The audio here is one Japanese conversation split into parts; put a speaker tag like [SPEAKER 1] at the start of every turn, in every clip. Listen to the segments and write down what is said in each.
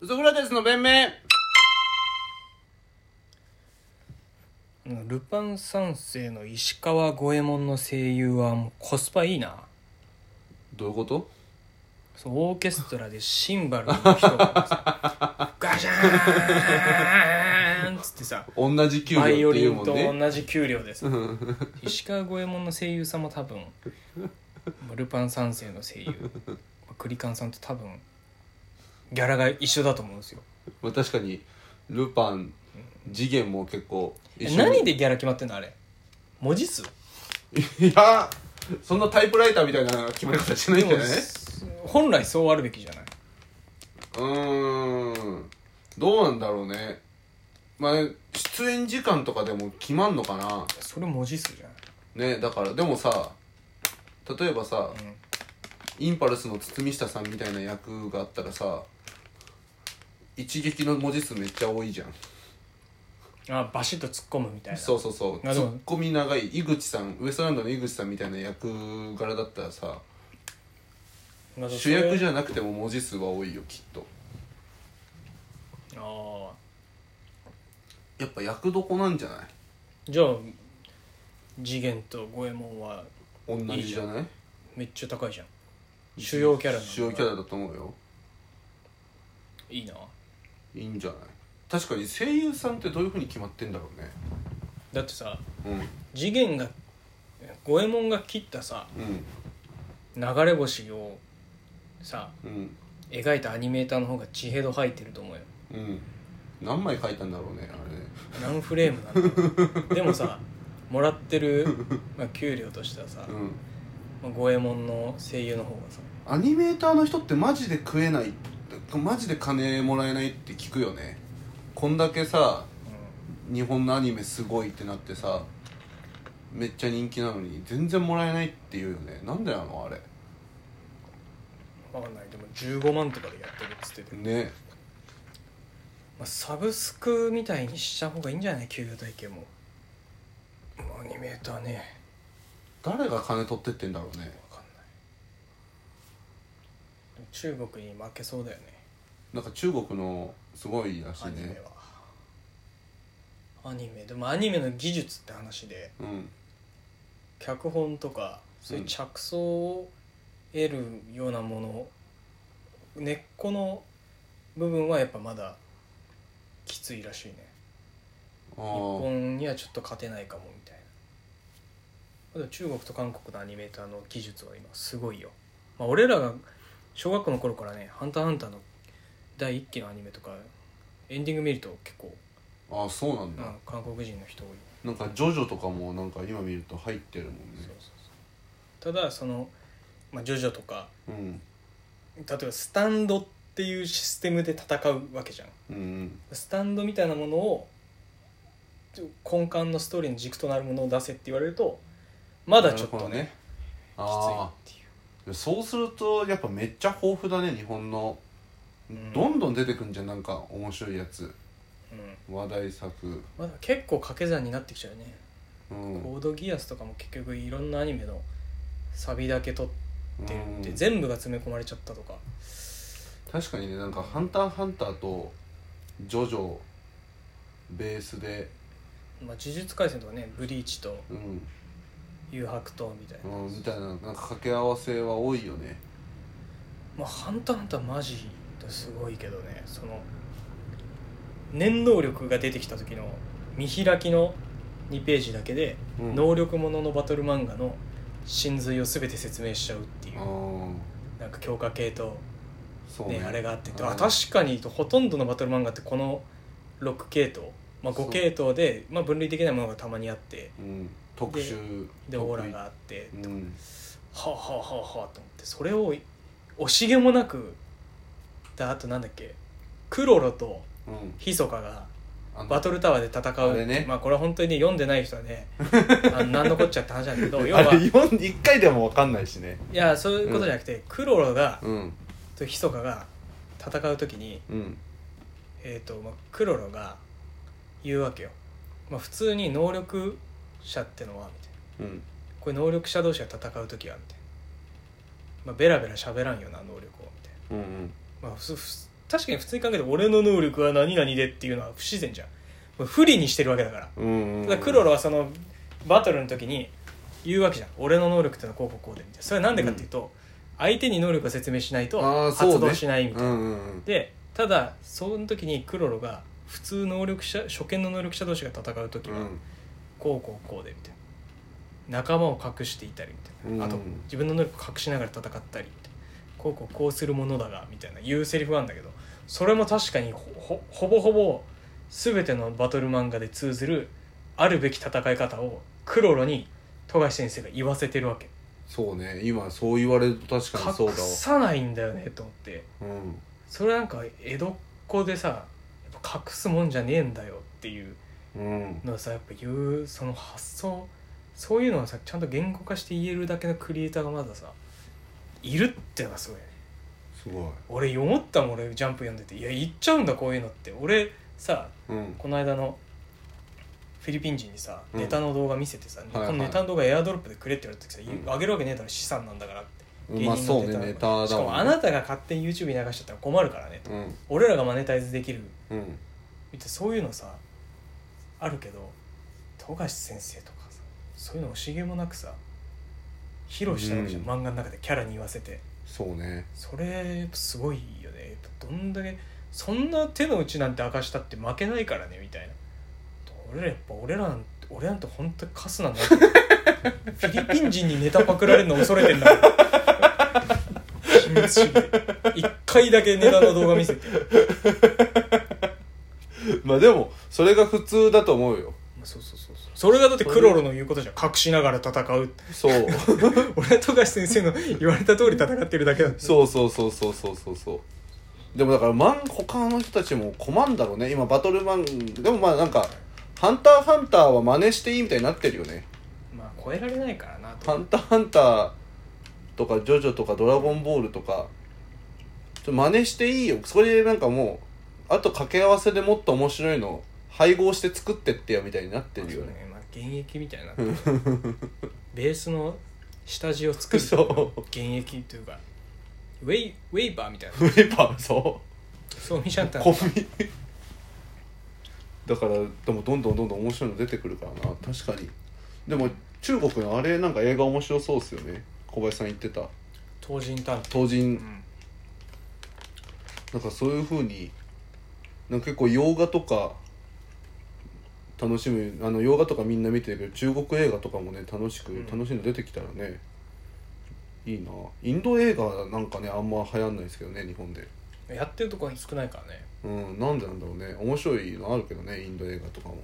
[SPEAKER 1] ウソクラテスの弁明
[SPEAKER 2] ルパン三世の石川五右衛門の声優はもうコスパいいな
[SPEAKER 1] どういうこと
[SPEAKER 2] そうオーケストラでシンバルの人がさガシャーンっつってさ
[SPEAKER 1] 同じ給料っ
[SPEAKER 2] バ
[SPEAKER 1] て
[SPEAKER 2] イオ
[SPEAKER 1] い
[SPEAKER 2] リ
[SPEAKER 1] う
[SPEAKER 2] ン
[SPEAKER 1] もん
[SPEAKER 2] と
[SPEAKER 1] ね
[SPEAKER 2] 同じ給料です石川五右衛門の声優さんも多分ルパン三世の声優クリカンさんと多分ギャラが一緒だと思うんですよ
[SPEAKER 1] まあ確かにルパン次元も結構一緒に
[SPEAKER 2] 何でギャラ決まってんのあれ文字数
[SPEAKER 1] いやそんなタイプライターみたいな決まり方しない
[SPEAKER 2] で
[SPEAKER 1] ん
[SPEAKER 2] も
[SPEAKER 1] じゃない
[SPEAKER 2] 本来そうあるべきじゃないう
[SPEAKER 1] ーんどうなんだろうねまあ出演時間とかでも決まんのかな
[SPEAKER 2] それ文字数じゃない
[SPEAKER 1] ねだからでもさ例えばさ、
[SPEAKER 2] ん
[SPEAKER 1] インパルスの堤下さんみたいな役があったらさ一撃の文字数めっちゃ多いじゃん
[SPEAKER 2] あバシッと突っ込むみたいな
[SPEAKER 1] そうそうそうツ
[SPEAKER 2] なるほど
[SPEAKER 1] ッコミ長い井口さんウエストランドの井口さんみたいな役柄だったらさ
[SPEAKER 2] まあ
[SPEAKER 1] 主役じ
[SPEAKER 2] ゃ
[SPEAKER 1] ゃなくても文字数は多いよきっと
[SPEAKER 2] ああ
[SPEAKER 1] やっぱ役どこなんじゃない
[SPEAKER 2] じゃあ次元と五右衛門は
[SPEAKER 1] 同じじゃない
[SPEAKER 2] めっちゃ高いじゃん主要キャラなんだ
[SPEAKER 1] 主要キャラだと思うよ
[SPEAKER 2] いいない
[SPEAKER 1] いんじゃない確かに声優さんってどういうふうに決まってんだろうね
[SPEAKER 2] だってさ
[SPEAKER 1] うん
[SPEAKER 2] 次元が五右衛門が切ったさ流れ星をさ
[SPEAKER 1] うん
[SPEAKER 2] 描いたアニメーターの方が地平度入ってると思うよ
[SPEAKER 1] うんうん何枚書いたんだろうねあれね
[SPEAKER 2] 何フレームなんだ ろうでもさもらってる、まあ、給料としてはさ
[SPEAKER 1] うん
[SPEAKER 2] まあ五右衛門の声優の方がさ
[SPEAKER 1] アニメーターの人ってマジで食えないマジで金もらえないって聞くよねこんだけさ日本のアニメすごいってなってさめっちゃ人気なのに全然もらえないっていうよねなんでなのあれ
[SPEAKER 2] 分かんないでも15万とかでやってるっつってて、
[SPEAKER 1] ね
[SPEAKER 2] まあ、サブスクみたいにした方がいいんじゃない給与体系もまあアニメーターね
[SPEAKER 1] 誰が金取ってってんだろうね
[SPEAKER 2] 分かんないでも中国に負けそうだよね
[SPEAKER 1] なんか中国のすごいらし
[SPEAKER 2] ア
[SPEAKER 1] い
[SPEAKER 2] ニメ
[SPEAKER 1] ね
[SPEAKER 2] はアニメでもアニメの技術って話で
[SPEAKER 1] うん
[SPEAKER 2] 脚本とかそういう着想を得るようなもの、根っこの部分はやっぱまだきついらしいね
[SPEAKER 1] あ
[SPEAKER 2] 日
[SPEAKER 1] ー
[SPEAKER 2] 本にはちょっと勝てないかもみたいなあと中国と韓国のアニメーターの技術は今すごいよ、まあ、俺らが小学校の頃からね「ハンターハンター」の第1期のアニメとかエンディング見ると結構、
[SPEAKER 1] あーそうなん
[SPEAKER 2] う
[SPEAKER 1] だ、
[SPEAKER 2] ん、韓国人の人多い
[SPEAKER 1] なんかジョジョとかもなんか今見ると入ってるもん
[SPEAKER 2] そう
[SPEAKER 1] ね
[SPEAKER 2] そうそうただその、まあ、ジョジョとか
[SPEAKER 1] うん
[SPEAKER 2] 例えばスタンドっていうシステムで戦うわけじゃん
[SPEAKER 1] うん
[SPEAKER 2] スタンドみたいなものを根幹のストーリーの軸となるものを出せって言われるとまだちょっ
[SPEAKER 1] なるほど
[SPEAKER 2] とねき
[SPEAKER 1] ねああ
[SPEAKER 2] ついっていう
[SPEAKER 1] そうするとやっぱめっちゃ豊富だね日本の、
[SPEAKER 2] ん
[SPEAKER 1] どんどん出てくんじゃんなんか面白いやつ
[SPEAKER 2] うん
[SPEAKER 1] 話題作
[SPEAKER 2] まだ結構掛け算になってきちゃうね、
[SPEAKER 1] うん
[SPEAKER 2] コードギアスとかも結局いろんなアニメのサビだけ撮ってるって、
[SPEAKER 1] うん
[SPEAKER 2] 全部が詰め込まれちゃったとか
[SPEAKER 1] 確かにねなんか「ハンターハンター」と「ジョジョ」ベースで
[SPEAKER 2] 「まあ、呪術廻戦」とかね「ブリーチ」と
[SPEAKER 1] うん、
[SPEAKER 2] 「誘白と」みたいな
[SPEAKER 1] うん、みたいななんか掛け合わせは多いよね
[SPEAKER 2] 「まあ、ハンターハンター」マジですごいけどねその念能力が出てきた時の見開きの2ページだけで、
[SPEAKER 1] うん
[SPEAKER 2] 能力もののバトル漫画の真髄を全て説明しちゃうってい
[SPEAKER 1] あ
[SPEAKER 2] う
[SPEAKER 1] あ
[SPEAKER 2] なんか強化系と
[SPEAKER 1] そうね
[SPEAKER 2] ね、あれがあって
[SPEAKER 1] うん
[SPEAKER 2] あ確かにほとんどのバトル漫画ってこの6系統、まあ、
[SPEAKER 1] そう
[SPEAKER 2] 5系統で、まあ、分類できないものがたまにあって
[SPEAKER 1] うん、特集
[SPEAKER 2] でオーラがあって
[SPEAKER 1] うん
[SPEAKER 2] はあはあはあはあと思ってそれを惜しげもなくだあとなんだっけクロロと
[SPEAKER 1] うん
[SPEAKER 2] ヒソカが
[SPEAKER 1] あの
[SPEAKER 2] バトルタワーで戦
[SPEAKER 1] あ
[SPEAKER 2] う
[SPEAKER 1] れね
[SPEAKER 2] まあ、これは本当に、ね、読んでない人 はねあの何のこっちゃって話なんだけど要
[SPEAKER 1] あ
[SPEAKER 2] は
[SPEAKER 1] れ
[SPEAKER 2] い
[SPEAKER 1] 読んで1回でも分かんないしね
[SPEAKER 2] やそういうことじゃなくて、クロロが
[SPEAKER 1] うん
[SPEAKER 2] とヒソカが戦う時に
[SPEAKER 1] うん
[SPEAKER 2] えーとまあ、クロロが言うわけよ、まあ、普通に能力者ってのはみたいな
[SPEAKER 1] うん
[SPEAKER 2] これ能力者同士が戦う時はみたいな、まあ、ベラベラ喋らんよな能力をみたい
[SPEAKER 1] うんうん
[SPEAKER 2] な、まあ、ふつふつ確かに普通に考えて俺の能力は何々でっていうのは不自然じゃんこれ不利にしてるわけだから
[SPEAKER 1] うんうん
[SPEAKER 2] ただクロロはそのバトルの時に言うわけじゃん俺の能力ってのはこうこうこうでみたいなそれはなんでかっていうと、相手に能力を説明しないと
[SPEAKER 1] あーそうね
[SPEAKER 2] 発動しないみたいな、
[SPEAKER 1] うんうんうん
[SPEAKER 2] でただその時にクロロが普通能力者初見の能力者同士が戦う時は、こうこうこうでみたいな仲間を隠していたりみたいな、
[SPEAKER 1] うん
[SPEAKER 2] あと自分の能力を隠しながら戦ったりみたいなこうこうこうするものだがみたいな言うセリフがあるんだけどそれも確かにほほほぼほぼ全てのバトル漫画で通ずるあるべき戦い方をクロロに富樫先生が言わせてるわけ
[SPEAKER 1] そうね今そう言われると確かにそう
[SPEAKER 2] 隠
[SPEAKER 1] だわ
[SPEAKER 2] さないんだよねと思って
[SPEAKER 1] うん
[SPEAKER 2] それなんか江戸っ子でさやっぱ隠すもんじゃねえんだよっていう
[SPEAKER 1] うん
[SPEAKER 2] のさやっぱ言うその発想そういうのをさちゃんと言語化して言えるだけのクリエイターがまださいるってのがすごいね
[SPEAKER 1] すごい
[SPEAKER 2] 俺思ったもん俺ジャンプ読んでていや言っちゃうんだこういうのって俺さ
[SPEAKER 1] うん
[SPEAKER 2] この間のフィリピン人にさ
[SPEAKER 1] うん
[SPEAKER 2] ネタの動画見せてさ、
[SPEAKER 1] はいはい
[SPEAKER 2] このネタの動画エアドロップでくれって言われた時さ、
[SPEAKER 1] うん
[SPEAKER 2] あげるわけねえだろ資産なんだからって
[SPEAKER 1] うまそうねネタだもんね
[SPEAKER 2] しかもあなたが勝手に YouTube に流しちゃったら困るからねと、
[SPEAKER 1] うん
[SPEAKER 2] 俺らがマネタイズできる
[SPEAKER 1] うん
[SPEAKER 2] 見てそういうのさあるけど富樫先生とかさそういうの惜しげもなくさ披露したわけじゃん、
[SPEAKER 1] うん
[SPEAKER 2] 漫画の中でキャラに言わせて
[SPEAKER 1] そうね
[SPEAKER 2] それやっぱすごいよねやっぱどんだけそんな手の内なんて明かしたって負けないからねみたいな俺らやっぱ俺らなんて俺なんて本当にカスなんだよ フィリピン人にネタパクられるの恐れ てんだから秘密主義で一回だけネタの動画見せて ま
[SPEAKER 1] まあでもそれが普通だと思うよ
[SPEAKER 2] あそうそうそうそうそれがだってクロロの言うことじゃん隠しながら戦うって
[SPEAKER 1] そう
[SPEAKER 2] 俺は富樫先 生の言われた通り戦ってるだけなんです
[SPEAKER 1] そうそうそうそうそうそうそうでもだからマン他の人たちも困んだろうね今バトルマンでもまあなんか「ハンターハンター」は真似していいみたいになってるよね
[SPEAKER 2] まあ超えられないからな
[SPEAKER 1] 「
[SPEAKER 2] と
[SPEAKER 1] ハンターハンター」とか「ジョジョ」とか「ドラゴンボール」とかちょっと真似していいよそれなんかもうあと掛け合わせでもっと面白いのを配合して作ってってやみたいになってるよね
[SPEAKER 2] まあ、現役みたい になってるベースの下地を作る
[SPEAKER 1] そう
[SPEAKER 2] 現役というかウェイウェイバーみたいな
[SPEAKER 1] フリーパーそう
[SPEAKER 2] そう見ちゃったら
[SPEAKER 1] コンビニだからでもどんどんどんどん面白いの出てくるからな確かにでも中国のあれなんか映画面白そうっすよね小林さん言ってた
[SPEAKER 2] 当人探偵
[SPEAKER 1] 当人
[SPEAKER 2] うん
[SPEAKER 1] なんかそういう風になんか結構洋画とか楽しむあの洋画とかみんな見てるけど中国映画とかもね楽しく
[SPEAKER 2] うん
[SPEAKER 1] 楽しいの出てきたらね、いいなインド映画なんかねあんま流行んないですけどね日本で
[SPEAKER 2] やってるとこは少ないからね
[SPEAKER 1] うんなんでなんだろうね面白いのあるけどねインド映画とかも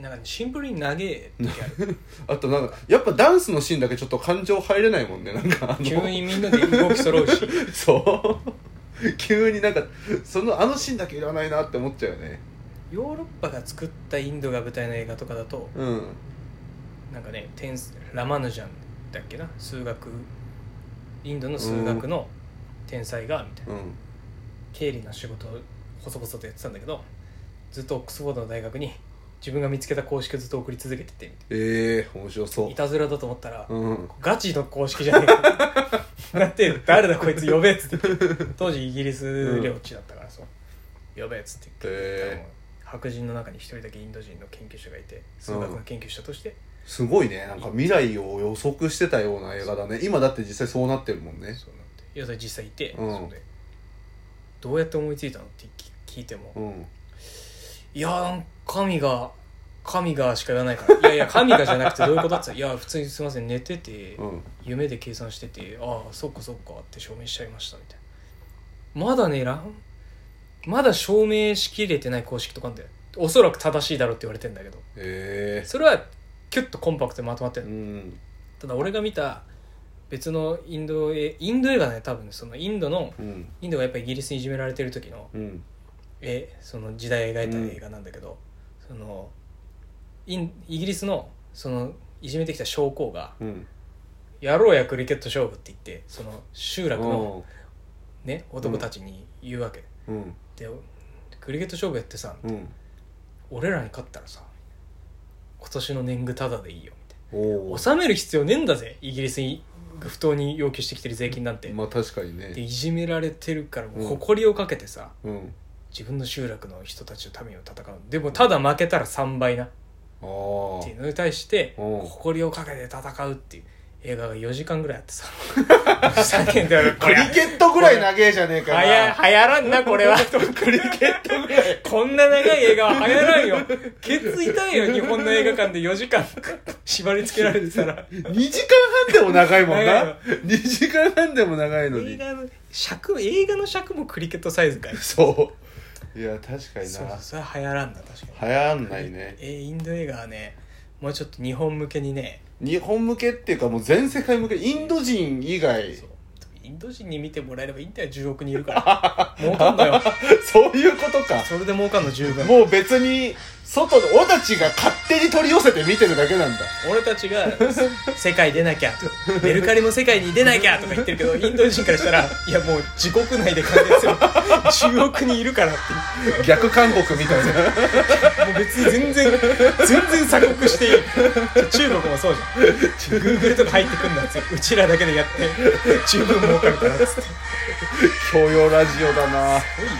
[SPEAKER 2] なんかねシンプルに長え時あ る
[SPEAKER 1] あとなんかやっぱダンスのシーンだけちょっと感情入れないもんねなんかあの
[SPEAKER 2] 急にみんなで動き揃うし
[SPEAKER 1] そう 急になんかそのあのシーンだけいらないなって思っちゃうよね
[SPEAKER 2] ヨーロッパが作ったインドが舞台の映画とかだと
[SPEAKER 1] うん
[SPEAKER 2] なんかねテンスラマヌジャンだっけな数学インドの数学の天才がみたいな
[SPEAKER 1] うん
[SPEAKER 2] 経理の仕事を細々とやってたんだけどずっとオックスフォードの大学に自分が見つけた公式をずっと送り続けててみたい
[SPEAKER 1] ええ面白そ
[SPEAKER 2] ないうたずらだと思ったら、
[SPEAKER 1] うん
[SPEAKER 2] ガチの公式じゃねえか なって誰だこいつ呼べっつって当時イギリス領地だったからそう、呼べっつって言っ
[SPEAKER 1] へ
[SPEAKER 2] て、
[SPEAKER 1] え
[SPEAKER 2] 白人の中に一人だけインド人の研究者がいて数学の研究者として、
[SPEAKER 1] すごいねなんか未来を予測してたような映画だね今だって実際そうなってるもんね
[SPEAKER 2] そうなっていやそれ実際いて、
[SPEAKER 1] うん
[SPEAKER 2] それでどうやって思いついたのって聞聞いても、
[SPEAKER 1] うん
[SPEAKER 2] いやー神が神がしか言わないから「いやい や神がじゃなくてどういうこと?」って言ったら「いや普通にすいません寝てて
[SPEAKER 1] うん
[SPEAKER 2] 夢で計算しててああそっかそっか」って証明しちゃいましたみたいなまだねらんまだ証明しきれてない公式とかあんだよおそらく正しいだろうって言われてんだけど
[SPEAKER 1] ええ
[SPEAKER 2] それはキュッとコンパクトにまとまってる
[SPEAKER 1] うん
[SPEAKER 2] ただ俺が見た別のインド映インド映画ね多分そのインドの
[SPEAKER 1] うん
[SPEAKER 2] インドがやっぱイギリスにいじめられてる時の
[SPEAKER 1] うん
[SPEAKER 2] えその時代を描いた映画なんだけど、そのインイギリスのそのいじめてきた将校が
[SPEAKER 1] うん
[SPEAKER 2] 「やろうやクリケット勝負」って言ってその集落の、
[SPEAKER 1] う
[SPEAKER 2] ね、男たちに言うわけ、
[SPEAKER 1] ん
[SPEAKER 2] でクリケット勝負やってさ
[SPEAKER 1] うん
[SPEAKER 2] 俺らに勝ったらさ今年の年貢タダでいいよみたい
[SPEAKER 1] お
[SPEAKER 2] な
[SPEAKER 1] お
[SPEAKER 2] 納める必要ねえんだぜイギリスに不当に要求してきてる税金なんて、
[SPEAKER 1] まあ確かに
[SPEAKER 2] で
[SPEAKER 1] ね
[SPEAKER 2] いじめられてるからもう
[SPEAKER 1] うん
[SPEAKER 2] 誇りをかけてさ、
[SPEAKER 1] うん
[SPEAKER 2] 自分の集落の人たちのために戦うでもただ負けたら3倍なっ
[SPEAKER 1] あ
[SPEAKER 2] ていう
[SPEAKER 1] あ
[SPEAKER 2] のに対して
[SPEAKER 1] うん
[SPEAKER 2] 誇りをかけて戦うっていう映画が4時間ぐらいあって さふざけんだよこ
[SPEAKER 1] ク
[SPEAKER 2] れ
[SPEAKER 1] リケットぐらい長えじゃねえかな
[SPEAKER 2] はや流行らんなこれはクリケットぐらいこんな長い映画は流行らんよケツ痛いよ日本の映画館で4時間縛り付けられてたら
[SPEAKER 1] 2時間半でも長いもん
[SPEAKER 2] 長いよ
[SPEAKER 1] な2時間半でも長いの
[SPEAKER 2] 映
[SPEAKER 1] に
[SPEAKER 2] 画の尺映画の尺もクリケットサイズかい
[SPEAKER 1] そういや確かに
[SPEAKER 2] そう
[SPEAKER 1] な
[SPEAKER 2] それは流行らんな確かに
[SPEAKER 1] 流行んないね
[SPEAKER 2] えーインド映画はねもうちょっと日本向けにね
[SPEAKER 1] 日本向けっていうかもう全世界向けインド人以外
[SPEAKER 2] そうインド人に見てもらえればいいんだよ10億人いるから 儲かんだよ
[SPEAKER 1] そういうことか
[SPEAKER 2] それで儲かんの十分
[SPEAKER 1] もう別に外の俺たちが勝手に取り寄せて見てるだけなんだ
[SPEAKER 2] 俺たちが世界出なきゃとかメルカリも世界に出なきゃとか言ってるけどインド人からしたらいやもう自国内で完結する10億人いるからって
[SPEAKER 1] 逆韓国みたい な
[SPEAKER 2] いうもう別に全然全然鎖国していい中国もそうじゃん Google とか入ってくんだっつってうちらだけでやって十分儲かるからっつって
[SPEAKER 1] 教養ラジオだな
[SPEAKER 2] すごいよ